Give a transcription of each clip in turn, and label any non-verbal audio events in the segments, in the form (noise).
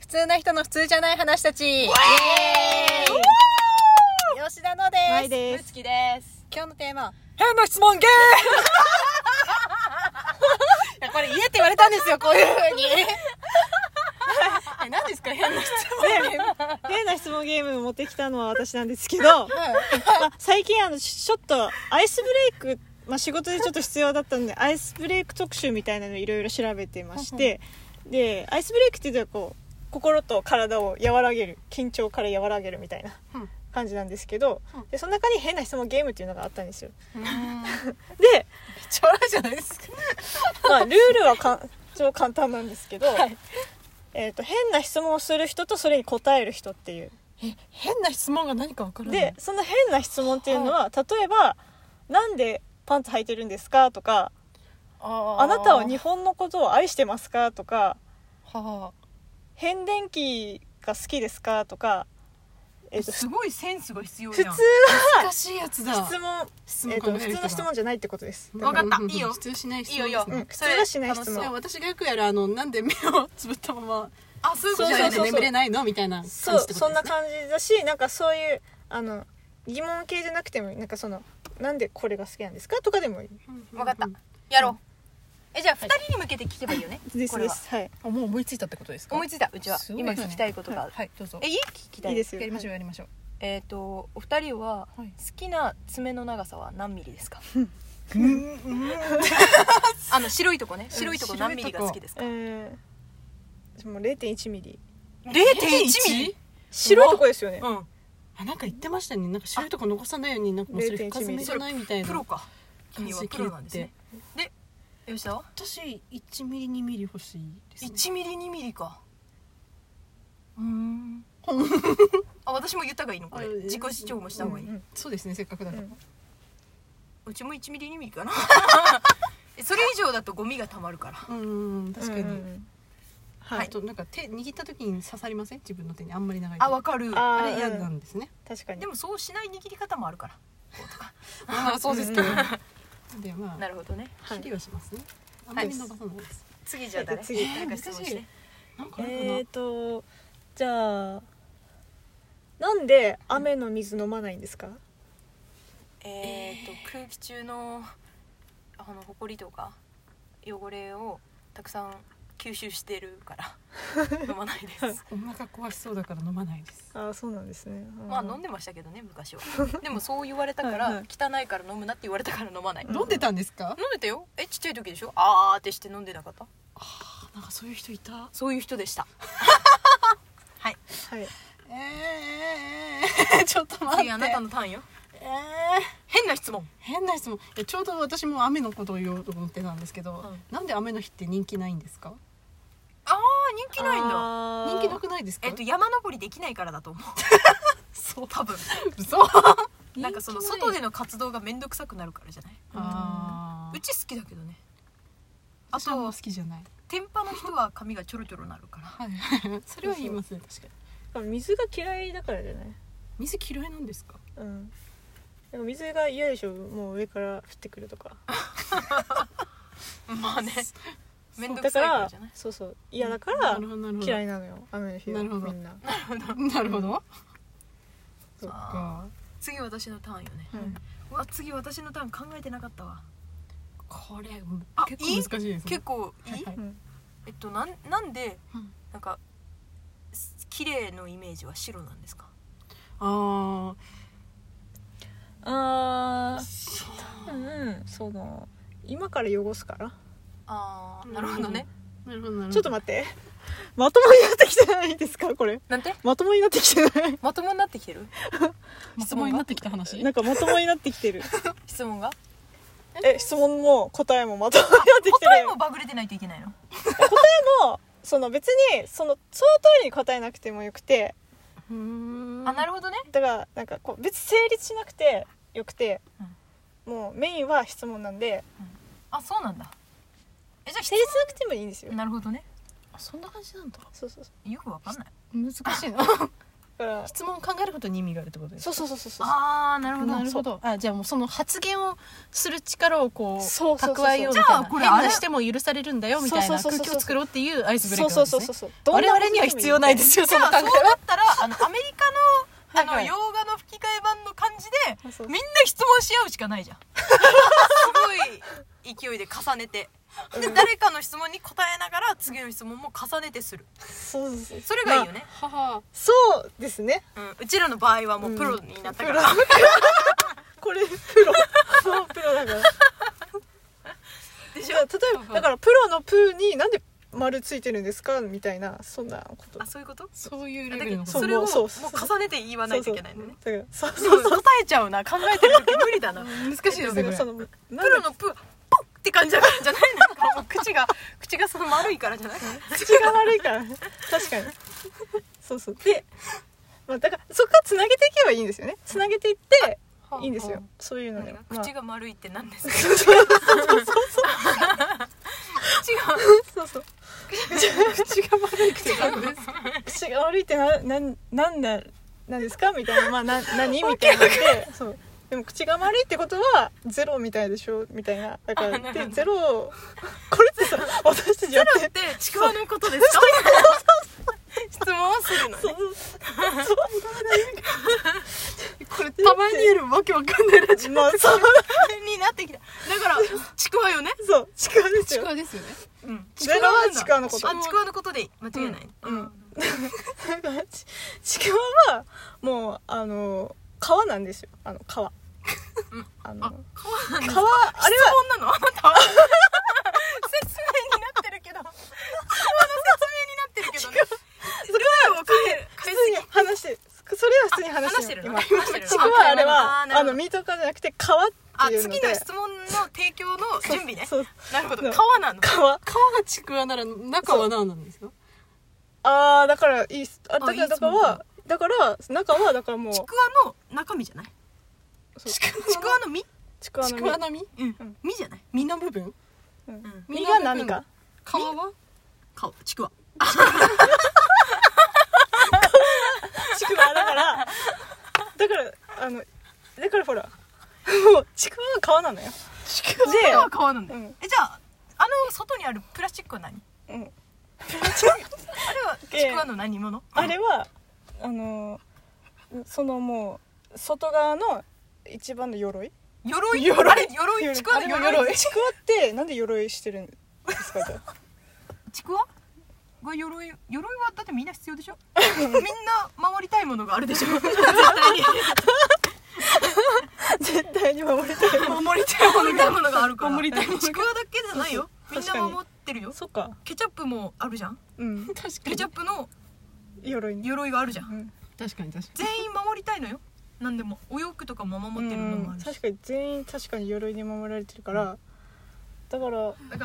普通な人の普通じゃない話たち。イエーイ吉田のまでいす。ですつきです今日のテーマ、変な質問ゲーいやこれ言えって言われたんですよこういう風に (laughs) え何です (laughs) か変な質変な質問ゲーム持ってきたのは私な (laughs) んですけど、まあ、最近あのちょっとアイスブレイク、まあ、仕事でちょっと必要だったのでアイスブレイク特集みたいなのいろいろ調べてましてでアイスブレイクっていうとこう心と体を和らげる緊張から和らげるみたいなうん感じなんですけどうんでその中に変な質問ゲームっていうのがあったんですよ問めっで、ちゃ笑いじゃないですかまあ、ルールはかん超簡単なんですけど、えー、と変な質問をする人とそれに答える人っていうえ変な質問が何かわからないでその変な質問っていうのは例えば「なんでパンツ履いてるんですか?」とか「ああなたは日に本のことを愛してますか?」とかは「変電機が好きですか?」とか、ええっとすごいセンスが必要普じ通ゃんは難しいやつだ質問、質えっと普通の質問じゃないってことです。だからわかったいいよ普通しない質いいよ問いいですよねうん普通はしない質問それ私がよくやるあのなんで目をつぶったままあそういうこそうとだじゃよなねそうそういとそう眠れないのみたいな感じってそうことですそんなね感じだしなんかそういうあの疑問系じゃなくてもなんかその「なんでこれが好きなんですか?」とかでもいい。わかったやろうえじゃあ二人に向けて聞けばいいよねですこれではす。はい。あもう思いついたってことですか思いついたうちはすごい今ね聞きたいことがあるはいどうぞえいい聞きたいいいですよやりましょうやりましょうえっとお二人は好はいきな爪の長さは何ミリですかうん (laughs) あの白いとこね白いとこ何ミリが好きですかえー、もう0.1ミリ。 0.1ミリ白いとこですよね。うんあなんか言ってましたねなんか白いとこ残さないようになんかもうそれ深爪じゃないみたいなプロか君はプロなんですねで吉田は私1ミリ2ミリ欲しいですね1ミリ2ミリかうーん (laughs) あ私も言った方がいいのこれあえ自己主張もした方がいい、ううんうんそうですねせっかくだから、うちも1ミリ2ミリかな (laughs) えそれ以上だとゴミがたまるからうん確かに、うんうんうんはい、はいあとなんか手握った時に刺さりません自分の手にあんまり長いとあわかるああれ嫌なんですね、確かにでもそうしない握り方もあるからまあそうですけど、うんうんでまあなるほどね切りはしますね、あんまり伸ばさないです、次じゃあ誰はい次なんか質問してなんかあるかな、えーとじゃあなんで雨の水飲まないんですか、えー、と空気中のあの埃とか汚れをたくさん吸収してるから飲まないですお腹壊しそうだから飲まないですああそうなんですねまあ飲んででましたけどね昔はでもそう言われたかはいらはい汚いから飲むなって言われたから飲まない飲ん飲んでたんですか、でたよえちっちゃい時でしょあーってして飲んでなかったなんかそういう人いたそういう人でしたはいええー、 (laughs) ちょっと待って次あなたのターンよえー変な質問変な質問えちょうど私も雨のことを言おうと思ってたんですけど、うんなんで雨の日って人気ないんですかあー人気ないんだ人人気なくないですかえっと山登りできないからだと思うそう多分 (laughs) 嘘あなんかその外での活動が面倒くさくなるからじゃないあーうち好きだけどねあ私はもとう好きじゃない天パの人は髪がちょろちょろなるからはいそれは言いますね確かに水が嫌いだからじゃない水嫌いなんですかうんでも水が嫌でしょもう上から降ってくるとかまあね面倒くだかさいかららじゃないそうそう嫌だかならるほどなるほど嫌いなのよ雨の日はなるほどみんな、 (laughs) なるほどそっあか次私のターンよねうんうわ次私のターン考えてなかったわこれあ結構難しいですね結構いい、はいはいうんえっとなんなんで、うんなんかす綺麗のイメージは白なんですかああああうんその今から汚すからあーなるほどね、なるほどなるほどちょっと待ってまともになってきてないですかこれなんてまともになってきてないまともになってきてる質問になってきた話なんかまともになってきてる質問がえ質問も答えもまともになってきて答えるもバグれてないといけないのもうその別にそのその通りに答えなくてもよくてうーんあなるほどねだからなんかこう別に成立しなくてよくて、もうメインは質問なんであそうなんだえじゃあ質成立しなくてもいいんですよ、問なるほどねあそんな感じなんだそうそうそよくわかんない難しいなから質問を考えることに意味があるってことですそうそうそうそうそうああなるほどなるほどあじゃあもうその発言をする力をこうそうそうそうそう蓄えようみじたゃいあなこれ変あれなしても許されるんだよみたいそうなそうそう空そう気を作ろうっていうアイスブレそうイクなそんうでそうすそうねそう我々には必要ないですよその考そうえだったらあのアメリカのあのはいはい洋画の吹き替え版の感じでそうそうみんな質問し合うしかないじゃんすごい勢いで重ねてで誰かの質問に答えながら次の質問も重ねてするそうそうそうそれがいいよね、そうですねうん、うちらの場合はもうプロになったから、これプロそうプロだからでしじょゃあ例えばだからプロのプーになんで丸ついてるんですかみたいなそんなことあそういうことそういうレだベけルのどこそとそうれをもうそうそうそう重ねて言わないといけないんだねそうそうだからそうでそうも答えちゃうな考えてる時無理だなプ難しいですねこそれのプロのプーポッって感じだからじゃないなんかもう口が口がその丸いからじゃない口が悪いからね確かにそうそうで、まあ、だからそこからつなげていけばいいんですよねつなげていっていいんですよそういうので、まあ、口が丸いって何ですか (laughs) そうそう口が悪い口が悪い口が悪いってななんなんだなんですかみたいなまあな何みたいなのでそうでも口が悪いってことはゼロみたいでしょみたいなだからでゼロこれってさ私たちやってってちくわのことですか (laughs) 質問をするのねこれたまにやるわけわかんないラジまあそうになってきただからちくわよねそう近いですオよ力ですよねうんゼロはちくわのことあちくわのことで間違いないうんなんかちちくわはもうあの皮なんですよあの皮うんあのあ皮なん皮だあれは質問なのあなたは説明になってるけどちくわの説明になってるけどねそれは分かる普通に話してそれは普通に話話ししててるるの今話してる (laughs) ちくわあれはーなあるのほどミート化じゃなくて皮っあていうので次の質問の提供の準備ねそう皮なるほどそう皮なの皮がちくわなら中は何なんですかあーだからいいっすあだあかいい質ら問だからはだから中はだからもうちくわの中身じゃないそうちくわの実ちくわちのくわの実うん実じゃない実の部分うん実が何か皮は顔ちくわちくわだ (laughs) からだからあのだからほらもうちくわは皮なのよちくわは皮なんだようんえじゃああの外にあるプラスチックは何うんあれはちくわの何者あれはあのそのもう外側の一番の鎧鎧鎧あれ鎧ちくわのあれは鎧ちくわってなんで鎧してるんですかじゃあちくわが鎧鎧はだってみんな必要でし (laughs) ょみんな守りたいものがあるでしょ絶対に (laughs) 絶対に守りたい守りたい守りたいものがあるから守りたいものがちくわだけじゃないよみそうんそうな守ってるよそっかケチャップもあるじゃんうん確か (laughs) ケにチャップの鎧に鎧があるじゃんうん確かに確か全員守りたいのよ何でもお洋服とかも守ってるのもあるし確かに全員確かに鎧に守られてるからだかだからら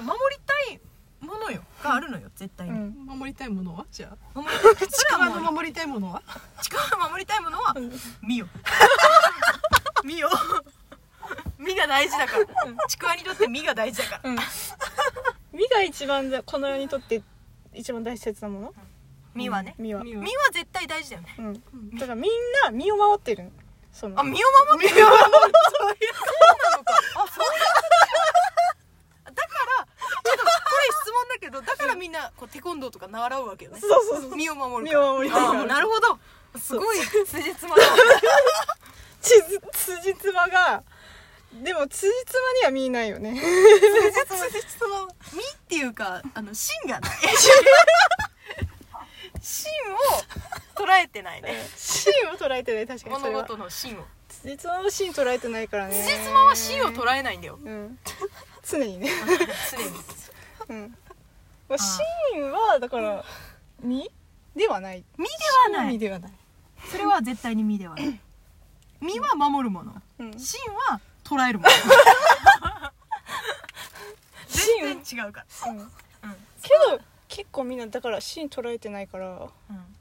守りたいものよがあるのよ絶対うに、んに守りたいものはじゃあ (laughs) 守りたいちそれはくわもうの守りたいものは力を守りたいものはみ (laughs) よみよみが大事だからちくわにとってみが大事だからうん身が一番だこの世にとって一番大切なものみはねみ身は身は絶対大事だよねうんだからみんな身を守ってるのそのあみを守ってるそういうそうなのかあそういうだからちょっとこれ質問だけどだからみんなこうテコンドーとか習うわけよねそうそうそう身を守る身を守りたいからあーなるほどすごい辻 (laughs) 褄がつつじつまがでもつじつまには見えないよ (laughs) ねその「み」っていうかあの芯がない (laughs) 芯を捉えてないね芯を捉えてない確かにそ物れは事の芯をつじつまは芯捉えてないからねつじつまは芯を捉えないんだようん (laughs) 常にね (laughs) 常にうんまあ芯はだから身ではない身ではな身いではないそれは絶対に身ではない身は守るものうん芯は捉えるもの (laughs) 全然違うからうんうんけど結構みんなだから芯捉えてないからうん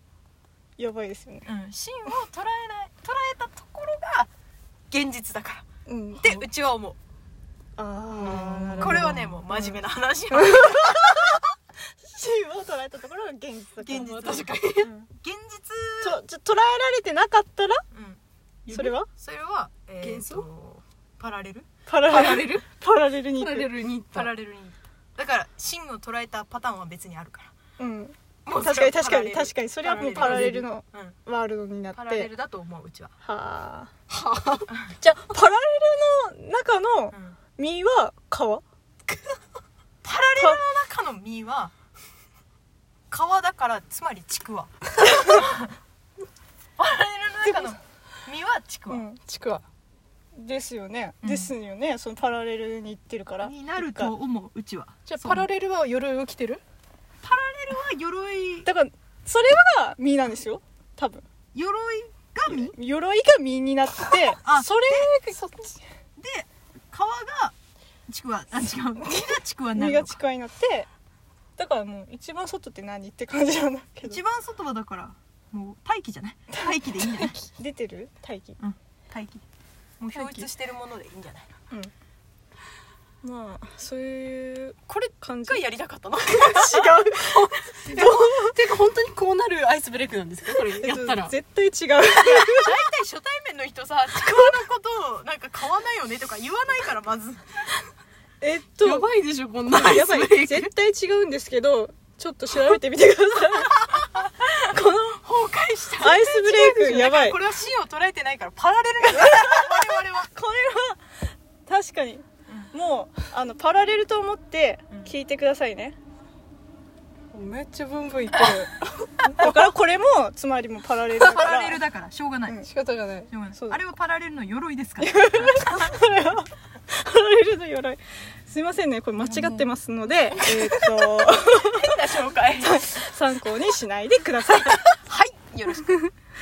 やばいですよねうん芯を捉えない捉えたところが現実だからうんってうちは思うああこれはねもう真面目な話を捉えたところが現実だから現実確かに (laughs) うん現実とちょ捉えられてなかったらうんそれはそれは、えー、幻想とパラレルパラパラレルレルパラレルにパ行くラレルに行ったパラレルにだから真を捉えたパターンは別にあるかうんらもう確そかれはパラレに確かにル確かにそれはもうパパララレレルルのうんワールドになっパラレてルだと思ううちは、はあはあ (laughs) じゃあパラレルの中うのん実は川パラレルの中の実は川だからつまりち (laughs) くわパラレルの中の実はちくわ、うんちくわですよね、うんですよねそのパラレルに行ってるからになると思ううちはじゃあパラレルは鎧を着てるパラレルは鎧だからそれが実なんですよ多分鎧が実鎧が実になってて (laughs) あそれで川がちくわ (laughs) あ違う実がちくわにな実るのがか近いなってだからもう一番外って何って感じなんだけど一番外はだからもう大気じゃない大気でいいんじゃない出てる大気大気もう表出してるものでいいんじゃないまあそういうこれ感じがやりたか (laughs) ったの (laughs) てか本当にこうなるアイスブレイクなんですかこれえやっっとたら絶対違う大体初対面の人さちくわのことをなんか買わないよねとか言わないからまず (laughs) えっとやばいでしょこんなアイやスばブいレイク絶対違うんですけどちょっと調べてみてくだ (laughs) さいこ崩の壊したアイスブレイクやばいここれれは芯を捉えてないからパラレルなんだ我々はは確かにもうあのパラレルと思ってうん聞いてくださいね、めっちゃブンブンいってるだからこれもつまりもう (laughs) パラレルだ (laughs) パからラレルだからしょうがない、うん (laughs) 仕方がないしょうがないそうだあれはパラレルの鎧です (laughs) からパラレルの鎧すいませんねこれ間違ってますので、えーっと (laughs) 紹介参考にしないでくださいはいよろしく